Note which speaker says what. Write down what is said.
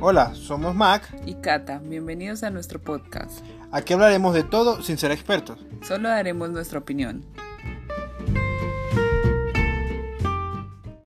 Speaker 1: Hola, somos Mac.
Speaker 2: y Cata, bienvenidos a nuestro podcast.
Speaker 1: Aquí hablaremos de todo sin ser expertos.
Speaker 2: Solo daremos nuestra opinión.